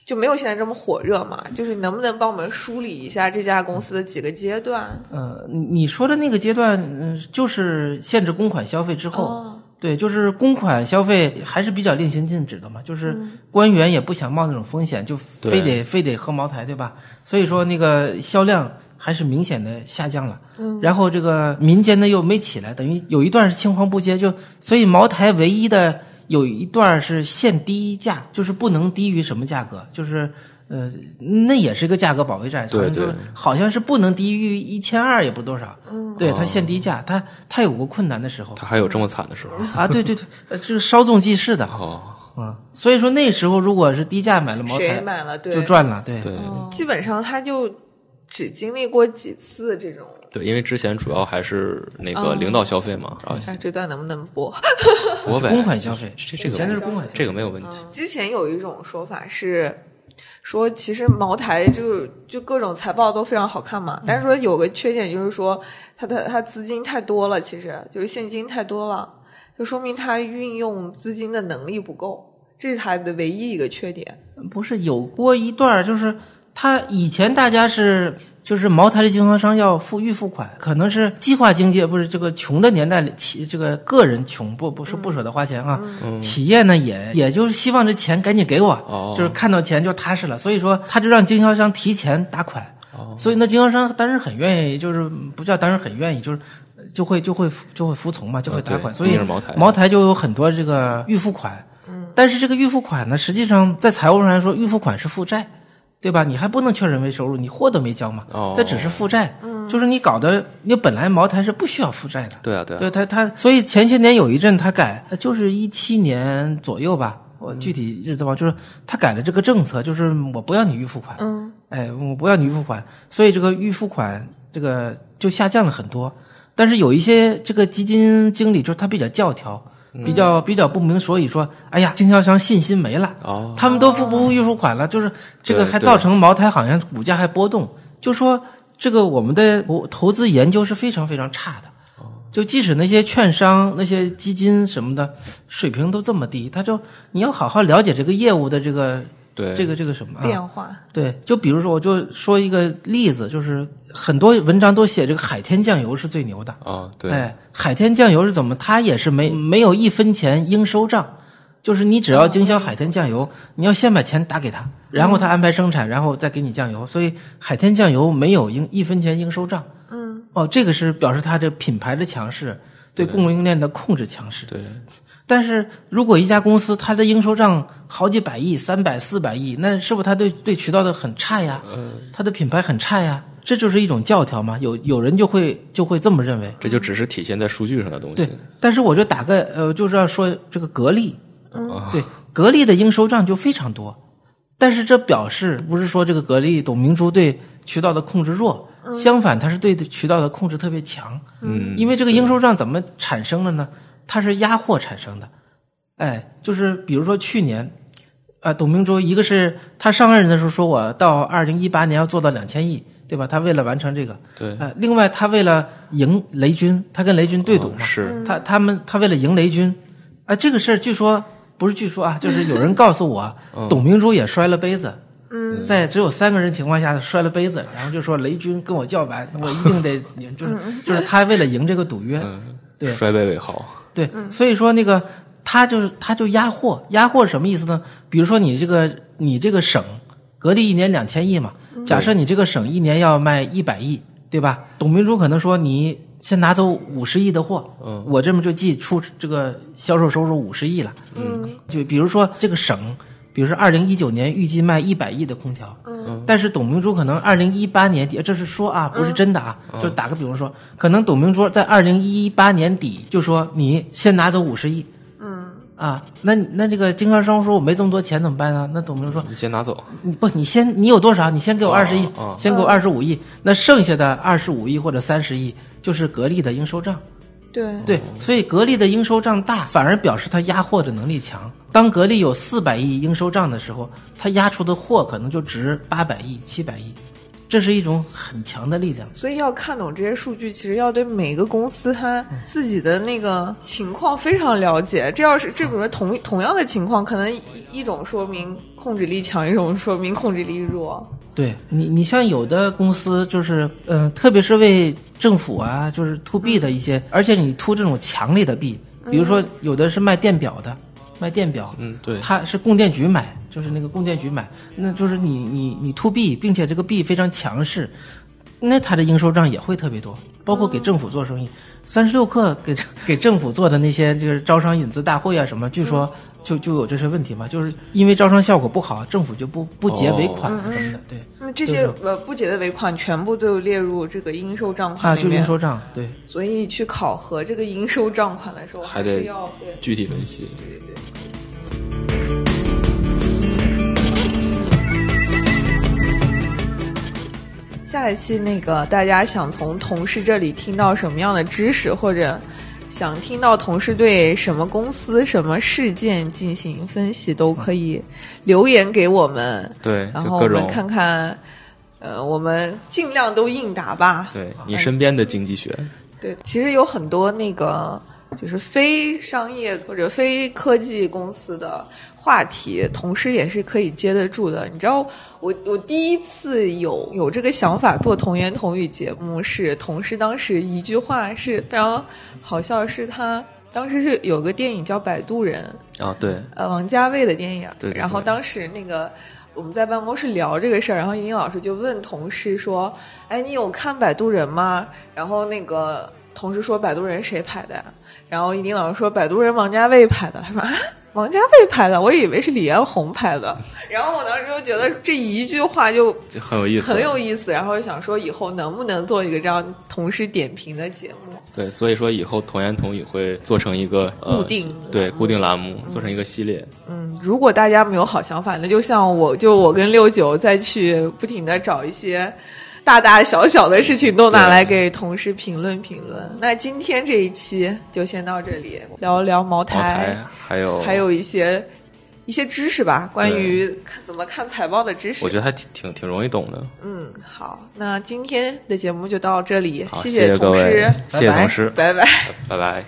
Speaker 1: 就没有现在这么火热嘛。就是能不能帮我们梳理一下这家公司的几个阶段？
Speaker 3: 呃，你你说的那个阶段，嗯、就是限制公款消费之后，
Speaker 1: 哦
Speaker 3: 对，就是公款消费还是比较令行禁止的嘛，就是官员也不想冒那种风险，就
Speaker 2: 对
Speaker 3: 非得非得喝茅台，对吧？所以说那个销量还是明显的下降了。嗯，然后这个民间呢又没起来，等于有一段是青黄不接，就所以茅台唯一的有一段是限低价，就是不能低于什么价格，就是。呃，那也是个价格保卫战，
Speaker 2: 对
Speaker 3: 好像就
Speaker 2: 对
Speaker 3: 好像是不能低于一千二，也不多少。嗯，对，它限低价，它它有过困难的时候
Speaker 2: 他还有这么惨的时候。
Speaker 3: 啊，对对对，呃，这个稍纵即逝的，
Speaker 2: 哦，
Speaker 3: 嗯，所以说那时候如果是低价买了茅
Speaker 1: 谁
Speaker 3: 台，
Speaker 1: 买了？对，
Speaker 3: 就赚了，对
Speaker 2: 对，
Speaker 1: 基本上他就只经历过几次这种。
Speaker 2: 对，因为之前主要还是那
Speaker 1: 哦
Speaker 2: 个领导消费嘛，然后
Speaker 1: 啊，这段能不能播？
Speaker 2: 国
Speaker 3: 是
Speaker 2: 本
Speaker 3: 公款消费，
Speaker 2: 这这
Speaker 3: 以
Speaker 2: 个
Speaker 3: 前都是公款消
Speaker 2: 这
Speaker 3: 费，
Speaker 2: 个没有问题。
Speaker 1: 之前有一种说法是，说其实茅台就就各种财报都非常好看嘛，但是说有个缺点就是说它的它资金太多了，其实就是现金太多了，就说明它运用资金的能力不够，这是它的唯一一个缺点。
Speaker 3: 不是有过一段儿，就是他以前大家是。就是茅台的经销商要付预付款，可能是计划经济，不是这个穷的年代里，企这个个人穷不不是不舍得花钱啊，企业呢也也就是希望这钱赶紧给我，
Speaker 2: 哦
Speaker 3: 就是看到钱就踏实了，所以说他就让经销商提前打款，
Speaker 2: 哦
Speaker 3: 所以那经销商当时很愿意，就是不叫当时很愿意，就是就会就会就会服从嘛，就会打款。
Speaker 2: 对
Speaker 3: 所以
Speaker 2: 那是茅台
Speaker 3: 就有很多这个预付款。但是这个预付款呢，实际上在财务上来说，预付款是负债，对吧？你还不能确认为收入，你货都没交嘛，
Speaker 2: 哦
Speaker 3: 这只是负债。就是你搞的，你本来茅台是不需要负债的。
Speaker 2: 对啊，对啊
Speaker 3: 对，他他，所以前些年有一阵他改，呃就是一七年左右吧，我具体日子忘，就是他改了这个政策，就是我不要你预付款，
Speaker 1: 嗯，
Speaker 3: 哎，我不要你预付款，所以这个预付款这个就下降了很多。但是有一些这个基金经理，就是他比较教条，
Speaker 2: 嗯
Speaker 3: 比较比较不明所以，说，哎呀，经销商信心没了，
Speaker 2: 哦
Speaker 3: 他们都付不付预付款了，就是这个
Speaker 2: 对
Speaker 3: 还
Speaker 2: 对
Speaker 3: 造成茅台好像股价还波动，就说。这个我们的投投资研究是非常非常差的。
Speaker 2: 哦
Speaker 3: 就即使那些券商、那些基金什么的水平都这么低，他就你要好好了解这个业务的这个
Speaker 2: 对
Speaker 3: 这个这个什么、啊、
Speaker 1: 变化，
Speaker 3: 对，就比如说，我就说一个例子，就是很多文章都写这个海天酱油是最牛的。
Speaker 2: 啊，对，
Speaker 3: 哎，海天酱油是怎么？它也是没没有一分钱应收账，就是你只要经销海天酱油，你要先把钱打给他，然后他安排生产，然后再给你酱油。所以海天酱油没有应一分钱应收账。
Speaker 1: 嗯，
Speaker 3: 哦，这个是表示它的品牌的强势，对供应链的控制强势。
Speaker 2: 对，
Speaker 3: 但是如果一家公司它的应收账好几百亿、三百、四百亿，那是不是它对对渠道的很差呀？它的品牌很差呀？这就是一种教条嘛。有有人就会就会这么认为。
Speaker 2: 这就只是体现在数据上的东西
Speaker 3: 对。，但是我就打个呃，就是要说这个格力，
Speaker 1: 嗯
Speaker 2: 啊
Speaker 3: 对格力的应收账就非常多，但是这表示不是说这个格力董明珠对渠道的控制弱，相反，它是对渠道的控制特别强。
Speaker 2: 嗯，
Speaker 3: 因为这个应收账怎么产生的呢？它是压货产生的。哎，就是比如说去年，啊，董明珠一个是她上任的时候说我到二零一八年要做到两千亿，对吧？她为了完成这个，
Speaker 2: 对
Speaker 3: 呃，另外她为了赢雷军，她跟雷军对赌嘛，
Speaker 2: 哦是
Speaker 3: 他他们他为了赢雷军，啊，这个事儿据说不是据说啊，就是有人告诉我，董明珠也摔了杯子。
Speaker 1: 嗯，
Speaker 3: 在只有三个人情况下摔了杯子，然后就说雷军跟我叫板，我一定得赢，就是就是他为了赢这个赌约，
Speaker 2: 嗯，
Speaker 3: 对
Speaker 2: 衰败为好，
Speaker 3: 对，所以说那个他就是他就压货，压货是什么意思呢？比如说你这个你这个省，格力一年两千亿嘛，假设你这个省一年要卖一百亿，对吧？董明珠可能说你先拿走五十亿的货，
Speaker 2: 嗯
Speaker 3: 我这么就计出这个销售收入五十亿了，
Speaker 1: 嗯，
Speaker 3: 就比如说这个省。比如说，二零一九年预计卖一百亿的空调，
Speaker 2: 嗯
Speaker 3: 但是董明珠可能二零一八年底，这是说啊，不是真的啊，
Speaker 2: 嗯
Speaker 3: 就打个比方说，可能董明珠在二零一八年底就说你先拿走五十亿，
Speaker 1: 嗯，
Speaker 3: 啊，那你那这个经销商说我没这么多钱怎么办呢？那董明珠说
Speaker 2: 你先拿走，
Speaker 3: 你不，你先你有多少？你先给我
Speaker 2: 哦
Speaker 3: 二十亿，
Speaker 2: 哦
Speaker 3: 先给我二十五亿，那剩下的二十五亿或者三十亿就是格力的应收账。
Speaker 1: 对，
Speaker 3: 对，所以格力的应收账大，反而表示它压货的能力强。当格力有四百亿应收账的时候，它压出的货可能就值八百亿、七百亿，这是一种很强的力量。
Speaker 1: 所以要看懂这些数据，其实要对每个公司它自己的那个情况非常了解。这要是这，比如说同同样的情况，可能一一种说明控制力强，一种说明控制力弱。
Speaker 3: 对你，你像有的公司就是，嗯、特别是为政府啊，就是 to B 的一些，而且你 to 这种强力的 B，比如说有的是卖电表的，卖电表，
Speaker 2: 嗯，对，
Speaker 3: 它是供电局买，就是那个供电局买，那就是你你你 to B，并且这个 B 非常强势，那它的应收账也会特别多，包括给政府做生意，三十六氪给给政府做的那些就是招商引资大会啊什么，据说就就有这些问题嘛，就是因为招商效果不好，政府就不不结尾款啊什么的，对
Speaker 1: 那这些呃不结的尾款全部都列入这个应收账
Speaker 3: 啊，
Speaker 1: 款里
Speaker 3: 就
Speaker 1: 面，
Speaker 3: 应收账，对
Speaker 1: 所以去考核这个应收账款的时候，
Speaker 2: 还
Speaker 1: 还
Speaker 2: 得
Speaker 1: 是要对
Speaker 2: 具体分析。
Speaker 1: 对对。下一期那个大家想从同事这里听到什么样的知识，或者想听到同事对什么公司、什么事件进行分析，都可以留言给我们，
Speaker 2: 对，
Speaker 1: 然
Speaker 2: 就
Speaker 1: 后
Speaker 2: 各
Speaker 1: 我
Speaker 2: 种
Speaker 1: 们看看，呃，我们尽量都应答吧。
Speaker 2: 对你身边的经济学，
Speaker 1: 对，其实有很多那个就是非商业或者非科技公司的话题，同时也是可以接得住的。你知道，我我第一次有有这个想法做童言童语节目，是同事当时一句话是非常好笑，是他当时是有个电影叫《摆渡人》，
Speaker 2: 啊，对，
Speaker 1: 呃王家卫的电影，
Speaker 2: 对对对
Speaker 1: 然后当时那个我们在办公室聊这个事儿，然后尹老师就问同事说：“哎，你有看《摆渡人》吗？”然后那个同事说：“《摆渡人》谁拍的呀？”然后尹老师说：“《摆渡人》王家卫拍的。”他说：“啊。”王家卫拍的，我以为是李彦宏拍的， 然后我当时就觉得这一句话就
Speaker 2: 这很有意思，
Speaker 1: 很有意思，然后想说以后能不能做一个这样同事点评的节目？
Speaker 2: 对，所以说以后童言童语会做成一个呃
Speaker 1: 固定
Speaker 2: 对固定栏目，做成一个系列。
Speaker 1: 嗯，如果大家没有好想法，那就像我，就我跟六九再去不停的找一些大大小小的事情，都拿来给同事评论评论。那今天这一期就先到这里，聊聊茅
Speaker 2: 茅台还有哦
Speaker 1: 还有一些一些知识吧，关
Speaker 2: 对
Speaker 1: 于看怎么看财报的知识。
Speaker 2: 我觉得还挺挺挺容易懂的。
Speaker 1: 嗯，好，那今天的节目就到这里，
Speaker 2: 好，
Speaker 1: 谢
Speaker 2: 谢各
Speaker 1: 同事
Speaker 2: 位，，谢谢
Speaker 3: 拜拜
Speaker 2: 同事，
Speaker 1: 拜拜。
Speaker 2: 拜拜。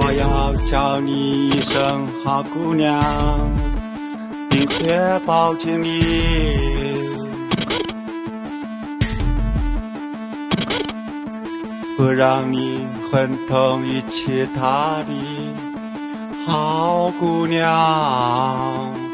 Speaker 4: 我要叫你一声好姑娘，并且抱紧你。不让你恨痛一起他的好姑娘。